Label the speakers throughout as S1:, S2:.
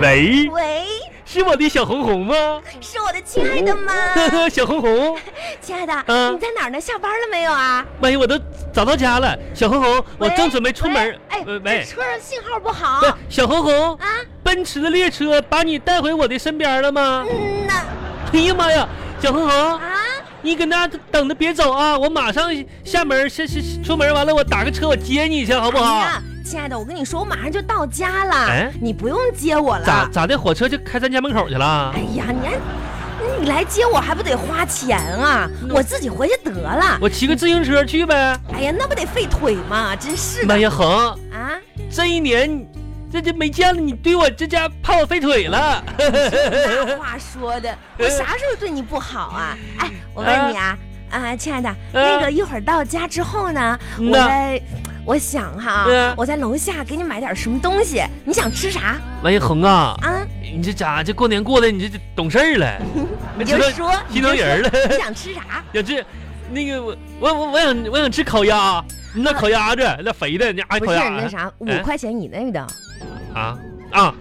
S1: 喂，
S2: 喂，
S1: 是我的小红红吗？
S2: 是我的亲爱的吗？
S1: 小红红，
S2: 亲爱的，
S1: 哦嗯
S2: 你在哪儿呢？下班了没有啊？
S1: 妈呀，我都找到家了。小红红，我
S2: 喂
S1: 正准备出门
S2: 喂。哎，
S1: 呃
S2: 这
S1: 喂，
S2: 车上信号不好
S1: 喂小红红，
S2: 啊。
S1: 奔驰的列车把你带回我的身边了吗？
S2: 嗯呐
S1: 哎呀妈呀，小红红，
S2: 啊，
S1: 你搁那等着别走啊！我马上下门下下出门，完了我打个车我接你去，好不
S2: 哎
S1: 好？
S2: 呀，亲爱的，我跟你说，我马上就到家了，
S1: 哎
S2: 你不用接我
S1: 咋
S2: 了。
S1: 咋的？火车就开咱家门口去了
S2: 哎？呀，你还你来接我还不得花钱啊？
S1: 嗯
S2: 我自己回去得了。
S1: 我骑个自行车去呗。
S2: 哎呀，那不得费腿吗？真是
S1: 妈
S2: 的
S1: 呀，恒，
S2: 啊！
S1: 这一年这就没见了你，对我这家怕我飞腿了。
S2: 那话说 的，我啥时候对你不好啊？
S1: 嗯
S2: 哎，我问你啊，啊，亲爱的，那个一会儿到家之后呢，
S1: 嗯
S2: 我
S1: 呐
S2: 在，我想哈
S1: 嗯，
S2: 我在楼下给你买点什么东西，你想吃啥
S1: 妈呀，恒啊，
S2: 啊？
S1: 你这家这过年过的，你这这懂事儿 了，
S2: 你就
S1: 知道
S2: 说，
S1: 心疼人了。
S2: 你想吃啥？
S1: 想吃那个我我我我想我想吃烤鸭，那烤鸭 子那肥的，那爱
S2: 不
S1: 烤
S2: 是
S1: 鸭
S2: 那啥，五
S1: 哎
S2: 块钱以内的
S1: 啊啊，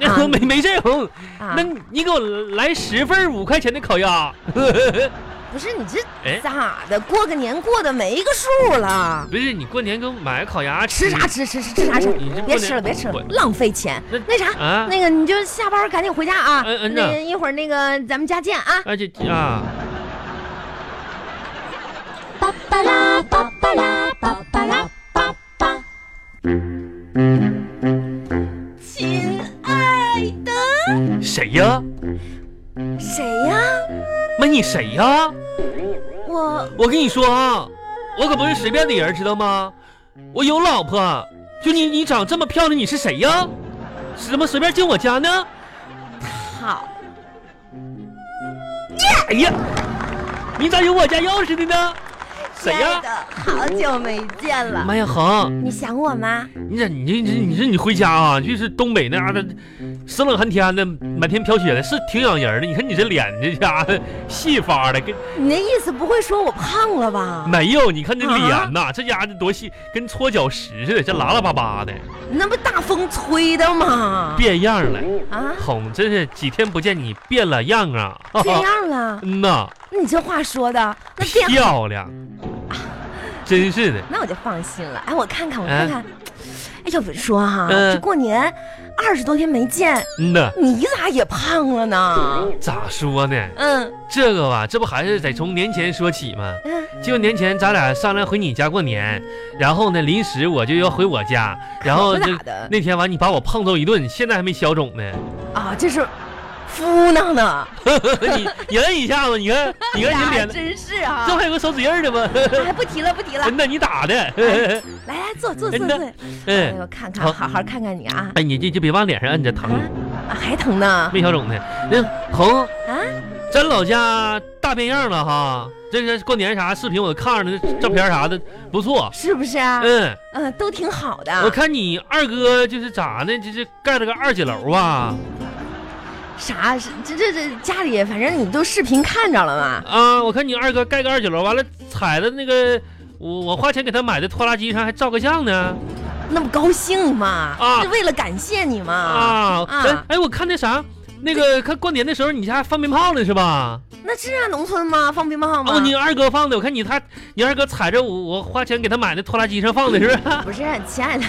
S1: 那
S2: 啊
S1: 没没事红，
S2: 啊
S1: 那，你你给我来十份五块钱的烤鸭，
S2: 不是你
S1: 哎
S2: 这咋的？过个年过的没个数了。
S1: 不是你过年给我买个烤鸭
S2: 吃啥吃吃吃吃啥吃
S1: 你这，
S2: 别
S1: 不
S2: 吃
S1: 能
S2: 了别吃了
S1: 我，
S2: 浪费钱
S1: 那。
S2: 那啥，
S1: 啊？
S2: 那个你就下班赶紧回家啊！
S1: 嗯嗯呐
S2: 那个一会儿那个咱们家见啊！
S1: 啊这这啊，
S3: 巴巴拉巴巴拉巴巴拉巴巴。
S2: 亲爱的，
S1: 谁呀？
S2: 谁呀？
S1: 妈你谁呀？
S2: 我
S1: 我跟你说啊，我可不是随便的人，知道吗？我有老婆，就你你长这么漂亮，你是谁呀？怎么随便进我家呢？
S2: 好，
S1: 哎呀，你咋有我家钥匙的呢？谁呀
S2: 亲爱？的，好久没见了，
S1: 妈呀，恒，
S2: 你想我吗？
S1: 你咋你这你这你回家啊？就是东北那嘎达，死冷寒天的，满天飘雪的，是挺养人的。你看你这脸，这家伙细发的，跟
S2: 你那意思不会说我胖了吧？
S1: 没有。你看这
S2: 啊
S1: 脸呐、这家伙这多细，跟搓脚石似的，这拉拉巴巴的，
S2: 那不大风吹的吗？
S1: 变样了。
S2: 啊，
S1: 哄，真是几天不见你变了样啊！
S2: 变样了？
S1: 嗯呐，
S2: 你这话说的，那变好，
S1: 漂 亮，真是的。
S2: 那我就放心了。哎，我看看，我
S1: 哎
S2: 看看。哎，要不说哈，
S1: 嗯
S2: 这过年二十多天没见，
S1: 嗯呐，
S2: 你咋也胖了呢？
S1: 咋说呢？
S2: 嗯
S1: 这个吧，这不还是得从年前说起吗？
S2: 嗯，
S1: 就年前咱俩商量回你家过年，然后呢，临时我就要回我家，然后
S2: 可不
S1: 就
S2: 咋的
S1: 那天完你把我胖揍一顿，现在还没消肿呢。
S2: 啊，这是敷弄呢，
S1: 你你摁一下子，你看你看你
S2: 哎呀
S1: 脸，
S2: 真是啊
S1: 这。还有个手指印儿的吗？
S2: 哎，不提了，不提了，
S1: 真的，你打的。
S2: 来来坐坐坐
S1: 真的
S2: 坐，哎
S1: 嗯，
S2: 呦，看看，好好看看你啊，
S1: 哎，你这就别往脸上摁着
S2: 啊
S1: 疼，
S2: 啊还疼呢
S1: 没消肿呢。那红。
S2: 啊？
S1: 咱老家大变样了哈，这个过年啥视频我看着那照片啥的不错。
S2: 是不是啊？
S1: 嗯，
S2: 嗯，都挺好
S1: 我
S2: 的。
S1: 看你二哥就是咋呢，就是盖了个二姐楼啊
S2: 啥？是这这这家里，反正你都视频看着了嘛？
S1: 啊！我看你二哥盖个二姐楼，完了踩的那个我我花钱给他买的拖拉机上还照个相呢
S2: 那么高兴嘛？
S1: 啊
S2: 是为了感谢你嘛？
S1: 啊！哎
S2: 啊
S1: 哎，我看那啥。那个，看过年的时候，你家还放鞭炮呢是吧？
S2: 那是啊，农村吗？放鞭炮吗
S1: 哦，？你二哥放的，我看你他，你二哥踩着我我花钱给他买的拖拉机上放的是不是？
S2: 不是，亲 爱的，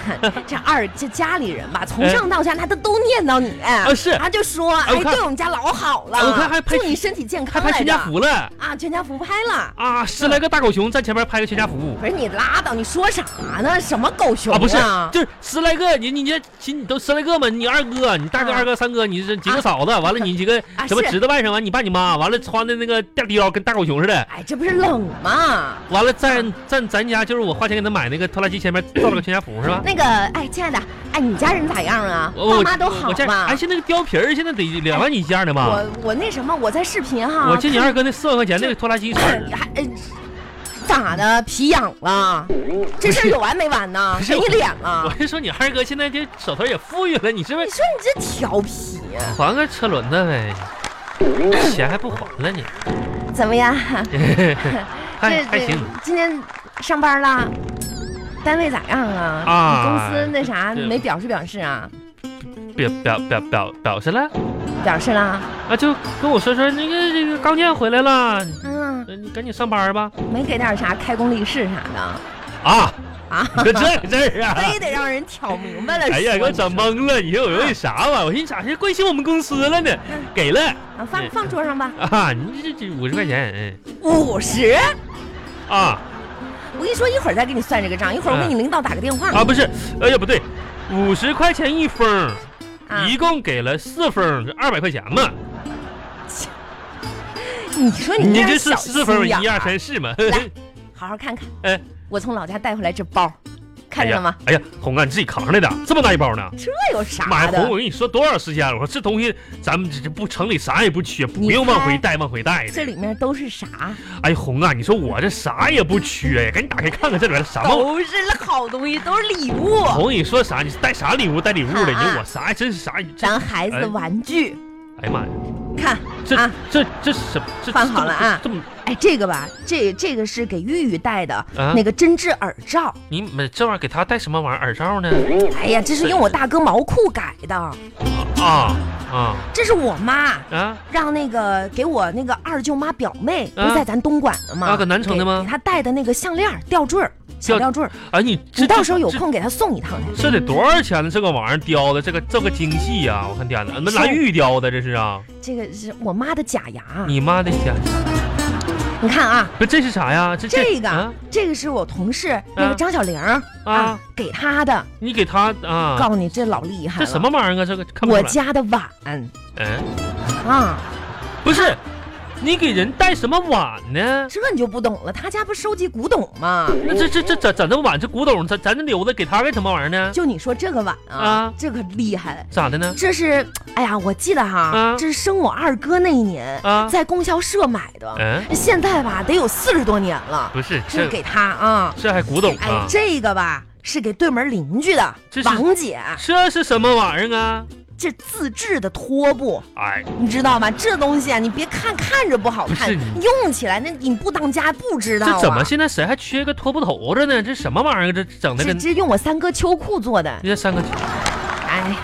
S2: 这二这家里人吧，从上到下他都都念叨你，
S1: 啊哎是
S2: 他就说，哎，
S1: 我看
S2: 对我们家老好了，
S1: 啊我看还拍
S2: 祝你身体健
S1: 还
S2: 康
S1: 拍
S2: 来
S1: 全
S2: 着
S1: 家福了。
S2: 啊，全家福拍了。
S1: 啊，十来个大狗熊在前面拍个全家福
S2: 不是你拉倒，你说啥呢？什么狗熊
S1: 啊，不是
S2: 啊，
S1: 就是十来个，你你这亲你都十来个嘛，你二哥，你大哥、
S2: 啊
S1: 二哥、三哥，你这几个嫂子，完了你几个
S2: 啊
S1: 什么
S2: 是
S1: 侄子外甥，完你爸你妈，完了穿的那个吊貂跟大狗熊似的，
S2: 哎，这不是冷吗？
S1: 完了站
S2: 啊
S1: 站咱家就是我花钱给他买那个拖拉机前面造了个全家福是吧？
S2: 那个，哎，亲爱的，哎，你家人咋样啊？
S1: 我
S2: 爸
S1: 我
S2: 妈都
S1: 哦
S2: 好
S1: 我家
S2: 吗
S1: 哎，？现在那个貂皮儿现在得两万以下呢吧？
S2: 我啊我那什么，我在视频哈，
S1: 我见你二哥那四万块钱那个拖拉机色 儿，
S2: 还哎咋的？皮痒了？这事儿有完没完呢？
S1: 不是
S2: 给你
S1: 我
S2: 脸
S1: 我
S2: 了？
S1: 是说你二哥现在这手头也富裕了，你是不
S2: 你
S1: 是
S2: 说你这调皮，
S1: 还个车轮子呗？钱还不还了你？
S2: 怎么样？
S1: 还
S2: 这
S1: 还行。。
S2: 今天上班啦？单位咋样啊？
S1: 啊
S2: 你公司那啥
S1: 这
S2: 没表示表示啊？
S1: 表表表表表示了
S2: 表示了，
S1: 啊，就跟我说说那个这个刚健回来了，
S2: 嗯，
S1: 呃你赶紧上班吧。
S2: 没给点啥开工利是啥的
S1: 啊，
S2: 啊？
S1: 你说这个事儿啊？
S2: 非得让人挑明白了说。
S1: 哎呀，给我整
S2: 你说
S1: 懵了！你说我为啥吧？我寻思咋是关心我们公司了呢？给了
S2: 啊！
S1: 嗯
S2: 放放桌上吧，
S1: 啊，你这这五十块钱，
S2: 五十。
S1: 嗯啊
S2: 我跟你说，一会儿再给你算这个账，一会儿我给你领导打个电话。
S1: 啊不是，哎呀不对，五十块钱一封，
S2: 啊
S1: 一共给了四封，二百块钱嘛。
S2: 你说你
S1: 你
S2: 这
S1: 这
S2: 人
S1: 是
S2: 小
S1: 四封
S2: 心眼
S1: 一
S2: 儿
S1: 二
S2: 啊
S1: 三四嘛？
S2: 来好好看看。
S1: 哎
S2: 我从老家带回来这包，看见了吗？
S1: 哎呀，红啊，你自己扛来的，这么大一包呢？
S2: 这有啥
S1: 妈呀，红，
S2: 的？
S1: 我跟你说多少时间了？我说这东西咱们这这不城里啥也不缺，不用往回带，往回带
S2: 这
S1: 的。
S2: 里面都是啥？
S1: 哎，红啊，你说我这啥也不缺呀，赶紧打开看看这里边啥嘛。
S2: 都是好东西，都是礼物。
S1: 红，你说啥？你带啥礼物带礼物的？你
S2: 啊
S1: 说我啥？真是啥？这
S2: 咱孩子的玩具，
S1: 哎呀妈呀，
S2: 看
S1: 这
S2: 啊，
S1: 这这什这
S2: 放好了啊
S1: 这么
S2: 哎，这个吧，这这个是给玉玉戴的
S1: 啊
S2: 那个针织耳罩。
S1: 你买这玩意儿给他戴什么玩意儿耳罩呢？
S2: 哎
S1: 哦
S2: 呀，这是用我大哥毛裤改的，
S1: 啊啊
S2: 这是我妈
S1: 啊！
S2: 让那个给我那个二舅妈表妹，不
S1: 啊
S2: 是在咱东莞的吗？
S1: 啊搁南城的吗
S2: 给给她戴的那个项链儿吊坠儿，小吊坠儿，
S1: 哎，你
S2: 你
S1: 这
S2: 到时候有
S1: 这
S2: 空给她送一趟来。
S1: 这得多少钱呢？这个玩意儿雕的，这个这个精细呀、我看天哪，那拿玉雕的这是啊？
S2: 这个是我妈的假牙，
S1: 你妈的天！
S2: 你看啊，
S1: 不，这是啥呀？这
S2: 这个、
S1: 啊
S2: 这个是我同事那个张小玲儿
S1: 啊
S2: 给她的，
S1: 你给他
S2: 告
S1: 啊？
S2: 诉你这老厉害
S1: 这
S2: 了。
S1: 什么玩意儿啊？这个看不出
S2: 我
S1: 来。
S2: 家的碗
S1: 嗯，
S2: 啊，
S1: 不是，你给人戴什么碗呢？
S2: 这你就不懂了。他家不收集古董吗？
S1: 那这这这咋咋这碗这古董咱咱这留着给他干什么玩意儿呢？
S2: 就你说这个碗啊，
S1: 啊
S2: 这可厉害了。
S1: 咋的呢？
S2: 这是，哎呀，我记得哈，
S1: 啊
S2: 这是生我二哥那一年，
S1: 啊
S2: 在供销社买的，
S1: 嗯，
S2: 现在吧得有四十多年了，
S1: 不是
S2: 这是
S1: 这
S2: 给他啊。
S1: 这还古董
S2: 哎，
S1: 啊？
S2: 这个吧是给对门邻居的
S1: 这是
S2: 王姐，
S1: 这是什么玩意儿啊？
S2: 这自制的拖布，
S1: 哎，
S2: 你知道吗？这东西啊，你别看看着不好
S1: 不
S2: 看
S1: 是你，
S2: 用起来那你不当家不知道、啊。
S1: 这怎么现在谁还缺个拖布头子呢？这什么玩意儿？啊这整的
S2: 这
S1: 跟
S2: 这用我三哥秋裤做的，
S1: 这三个
S2: 哎，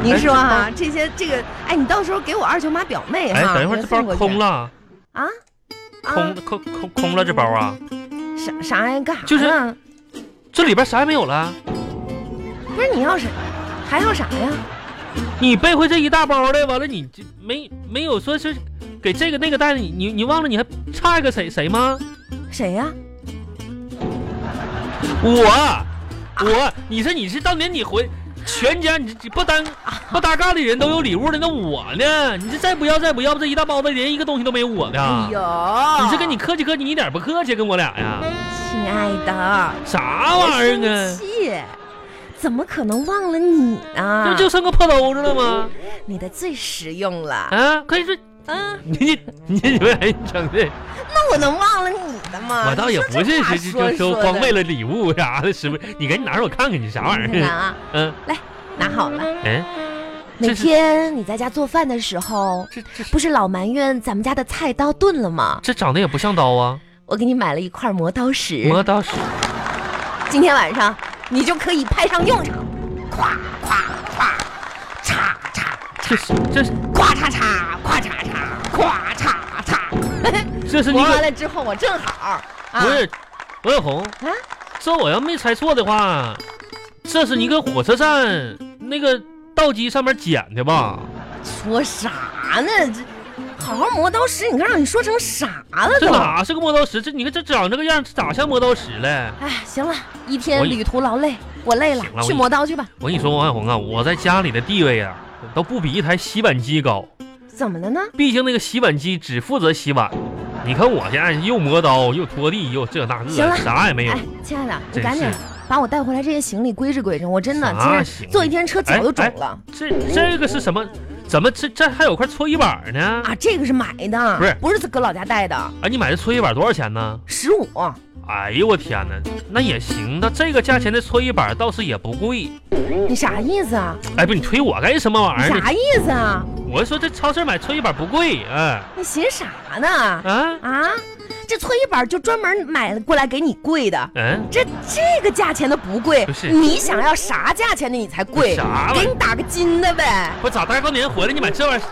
S2: 您说啊，这些这个，哎，你到时候给我二舅妈表妹哈，
S1: 哎，等一会儿
S2: 我
S1: 这包
S2: 送过去
S1: 空了，
S2: 啊，啊
S1: 空空空空了这包啊，
S2: 啥啥呀？干啥呢？
S1: 就是这里边啥也没有了。
S2: 不是你要啥，还要啥呀？
S1: 你背回这一大包的，完了你这没没有说是给这个那个带的，你你你忘了你还差一个谁谁吗？
S2: 谁呀？
S1: 我我，啊你说你是到年底回。全家你这不单不搭嘎的人都有礼物了，那我呢？你这再不要再不要，这一大包子连一个东西都没有我的。
S2: 哎呦，
S1: 啊你这跟你客气客气，你一点不客气，跟我俩呀？
S2: 亲爱的，
S1: 啥玩意儿
S2: 别生
S1: 啊？
S2: 气，怎么可能忘了你呢？
S1: 这不就剩个破兜子了吗？
S2: 你的最实用了，
S1: 啊，可以说
S2: 嗯，
S1: 你你你你们还整的，
S2: 那我能忘了啊你的吗？
S1: 我倒也不是
S2: 你
S1: 是
S2: 这话
S1: 就说
S2: 的
S1: 光为了礼物啥的， 是不是？你赶紧拿着我看看你啥玩
S2: 你
S1: 意
S2: 看
S1: 儿？
S2: 啊，
S1: 嗯
S2: 拿好了。
S1: 哎，
S2: 每
S1: 这是
S2: 天你在家做饭的时候，
S1: 这这
S2: 不是老埋怨咱们家的菜刀钝了吗？
S1: 这长得也不像刀啊，
S2: 我给你买了一块磨刀石，
S1: 磨刀石
S2: 今天晚上你就可以派上用场。咵咵咵，叉叉
S1: 这是这是
S2: 咵叉叉，咵叉叉，咵叉叉。
S1: 这是你
S2: 磨完
S1: 个
S2: 了之后，我正好啊
S1: 不是罗小红
S2: 啊，
S1: 这我要没猜错的话，这是你搁火车站那个道机上面捡的吧？
S2: 说啥呢？这好好磨刀石，你看让你说成啥了
S1: 这
S2: 都。
S1: 哪是个磨刀石？这你看这长这个样，咋像磨刀石了？
S2: 哎，行了，一
S1: 我
S2: 天
S1: 以
S2: 旅途劳累，我累了
S1: 行了，我
S2: 去
S1: 以
S2: 磨刀去吧。
S1: 我跟你说，王小红啊，我在家里的地位啊，都不比一台洗碗机高。
S2: 怎么了呢？
S1: 毕竟那个洗碗机只负责洗碗，你看我现在又磨刀又拖地又这那
S2: 行
S1: 个，
S2: 了
S1: 啥也没有
S2: 哎。，亲爱的，你
S1: 真
S2: 赶紧
S1: 是
S2: 把我带回来这些行李归置归置。我真的
S1: 啥
S2: 今
S1: 行李
S2: 天坐一天车脚
S1: 哎
S2: 都肿
S1: 哎
S2: 了
S1: 这这个是什么？怎么这这还有块搓衣板呢？
S2: 啊！这个是买的，
S1: 不是
S2: 不是搁老家带的，
S1: 哎，你买的搓衣板多少钱呢？
S2: 十五。
S1: 哎呦我天哪，那也行，那这个价钱的搓衣板倒是也不贵。
S2: 你啥意思啊？
S1: 哎，不，你推我干什么
S2: 你
S1: 玩意儿？
S2: 啥意思啊？
S1: 我说这超市买搓衣板不贵，哎
S2: 你寻啥呢？
S1: 啊。
S2: 啊，这搓搓衣板就专门买过来给你贵的。
S1: 嗯，
S2: 这这个价钱的不贵
S1: 不，是
S2: 你想要啥价钱的你才贵
S1: 啥玩，意儿
S2: 给你打个金的呗。
S1: 我咋大过年回来你买这玩意儿，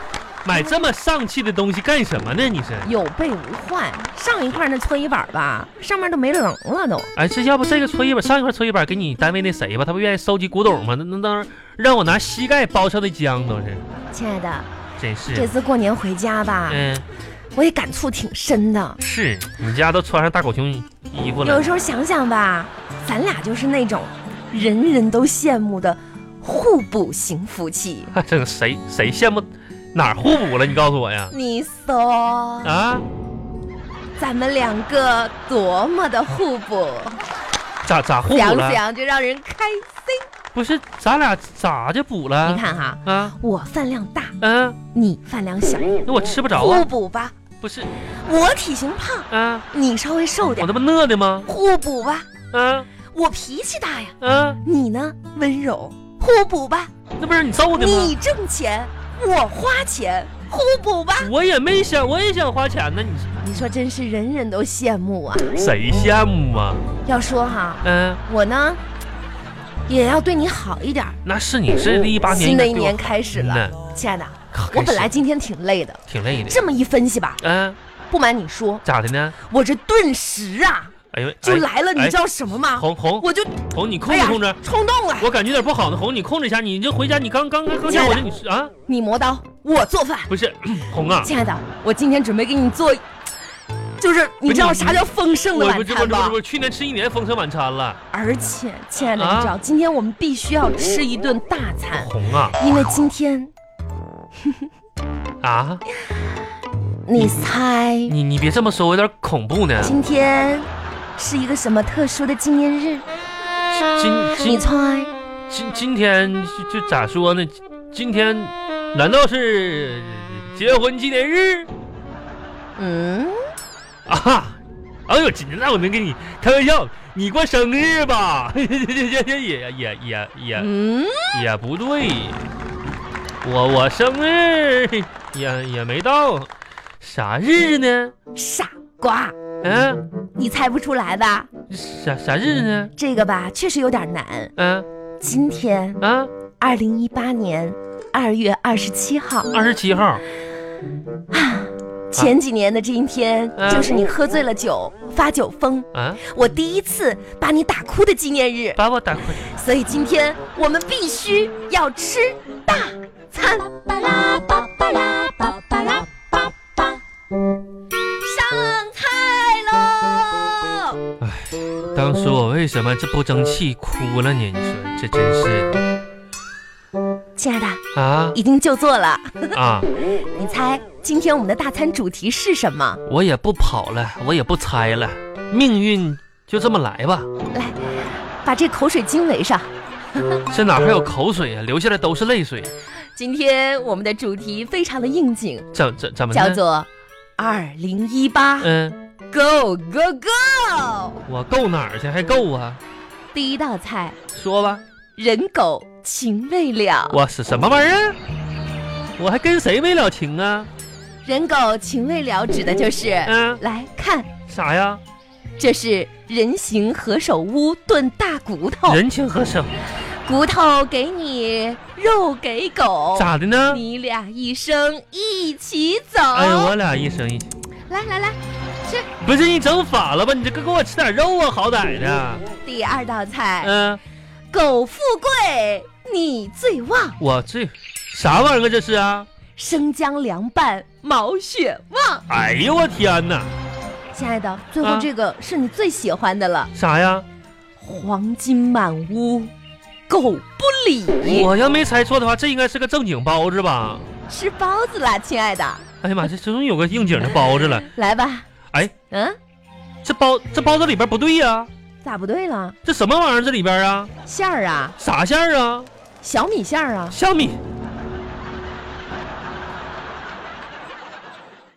S1: 买这么丧气的东西干什么呢？你是？
S2: 有备无患，上一块那搓衣板吧，上面都没棱了都。
S1: 哎，这要不这个搓衣板，上一块搓衣板给你单位那谁吧，他不愿意收集古董吗？那那当然让我拿膝盖包上的浆都是，
S2: 亲爱的，
S1: 真
S2: 这
S1: 是。
S2: 次过年回家吧，
S1: 嗯，
S2: 我也感触挺深的。
S1: 是你家都穿上大狗熊衣服了
S2: 有，时候想想吧，咱俩就是那种人人都羡慕的互补型夫妻。
S1: 哈 这个谁谁羡慕哪儿互补了？你告诉我呀！
S2: 你说
S1: 啊，
S2: 咱们两个多么的互补，
S1: 咋咋互补
S2: 想
S1: 了？
S2: 想就让人开心。
S1: 不是，咱俩咋就补了？
S2: 你看哈，
S1: 啊，
S2: 我饭量大，
S1: 嗯、
S2: 你饭量小，
S1: 那我吃不着
S2: 互
S1: 啊，
S2: 补吧。
S1: 不是，
S2: 我体型胖，
S1: 啊，
S2: 你稍微瘦
S1: 我
S2: 点，
S1: 这不饿的吗？
S2: 互补吧。
S1: 嗯、
S2: 我脾气大呀，
S1: 嗯、
S2: 你呢温柔，互补吧。
S1: 那不是你揍的吗？
S2: 你挣钱，我花钱，互补吧。
S1: 我也没想，我也想花钱呢，你
S2: 你说真是人人都羡慕啊！
S1: 谁羡慕啊？
S2: 要说哈，
S1: 嗯、
S2: 我呢也要对你好一点儿。
S1: 那是你是一八年
S2: 新的一
S1: 应该对我
S2: 年开始了，亲爱的，
S1: 好
S2: 我本
S1: 开
S2: 来
S1: 始
S2: 今天挺累的，
S1: 挺累的，
S2: 这么一分析吧，
S1: 嗯、
S2: 不瞒你说，
S1: 咋的呢？
S2: 我这顿时啊
S1: 哎呦，
S2: 就
S1: 哎
S2: 来了，你
S1: 哎
S2: 知道什么吗？
S1: 红红
S2: 我就
S1: 红，你控
S2: 哎
S1: 制
S2: 呀
S1: 控制。
S2: 冲动了，
S1: 我感觉有点不好呢，红，你控制一下，你就回家，你刚刚刚刚下我就你啊，
S2: 你磨刀，我做饭。
S1: 不是， 红啊，
S2: 亲爱的，我今天准备给你做，就是你知道啥叫丰盛的
S1: 我
S2: 晚
S1: 不这不
S2: 餐
S1: 这不
S2: 吧
S1: 这？不去年吃一年丰盛晚餐了，
S2: 而且，亲爱的，
S1: 啊
S2: 你知道今天我们必须要吃一顿大餐，
S1: 红啊
S2: 因为今天
S1: 啊，
S2: 你猜
S1: 你你别这么说，我有点恐怖呢，
S2: 今天是一个什么特殊的纪念日？
S1: 今
S2: 你
S1: 今
S2: 猜？
S1: 今今天就就咋说呢？今天难道是结婚纪念日
S2: 嗯，
S1: 啊？ 哎呦，今天那我能跟你开玩笑，你过生日吧？ 也也也也也
S2: 嗯，
S1: 也不对，我我生日也也没到，啥日子呢？
S2: 傻瓜，
S1: 嗯、
S2: 你猜不出来吧？
S1: 啥啥日子呢？
S2: 这个吧，确实有点难。
S1: 嗯
S2: 今天，
S1: 啊，
S2: 二零一八年二月二十七号，
S1: 二十七号，
S2: 前几年的今天，
S1: 嗯
S2: 就是你喝醉了酒发酒疯，
S1: 啊，
S2: 我第一次把你打哭的纪念日。
S1: 把我打快，
S2: 所以今天我们必须要吃大餐。
S3: 巴拉巴巴拉巴巴拉巴巴。
S2: 上菜喽！
S1: 当初我为什么这不争气哭了呢？你说这真是的
S2: 亲爱的，
S1: 啊
S2: 已经就座了。
S1: 啊！
S2: 你猜今天我们的大餐主题是什么？
S1: 我也不跑了，我也不猜了，命运就这么来吧。
S2: 来，把这口水巾围上。
S1: 这哪还有口水啊？流下来都是泪水。
S2: 今天我们的主题非常的应景，
S1: 怎怎怎么
S2: 叫
S1: 呢？
S2: 做“二零一八
S1: 嗯、
S2: Go Go Go”。
S1: 我够哪儿去？还够啊？
S2: 第一道菜，
S1: 说吧。
S2: 人狗情未了。
S1: 我是什么玩意儿？我还跟谁没了情啊？
S2: 人狗情未了指的就是，
S1: 嗯，
S2: 来看，
S1: 啥呀？
S2: 这是人形何首乌炖大骨头，
S1: 人情何生？
S2: 骨头给你，肉给狗，
S1: 咋的呢？
S2: 哦你啊俩一生一起走。
S1: 哎呦，我俩一生一起，
S2: 来来来，
S1: 不是你整反了吧？你这个给我吃点肉啊，好歹的。
S2: 第二道菜，
S1: 嗯、
S2: 狗富贵，你最旺。
S1: 我这啥玩意儿啊？这是啊？
S2: 生姜凉拌毛血旺。
S1: 哎呦我天哪！
S2: 亲爱的，最后
S1: 啊
S2: 这个是你最喜欢的了，
S1: 啥呀？
S2: 黄金满屋，狗不理。
S1: 我要没猜错的话，这应该是个正经包子吧？
S2: 吃包子啦，亲爱的，
S1: 哎呀妈，这终于有个应景的包子了。
S2: 来吧。
S1: 哎，
S2: 嗯，
S1: 这包这包子里边不对呀、
S2: 咋不对了？
S1: 这什么玩意儿？这里边啊？
S2: 馅儿啊，
S1: 啥馅儿啊？
S2: 小米馅儿啊，
S1: 小米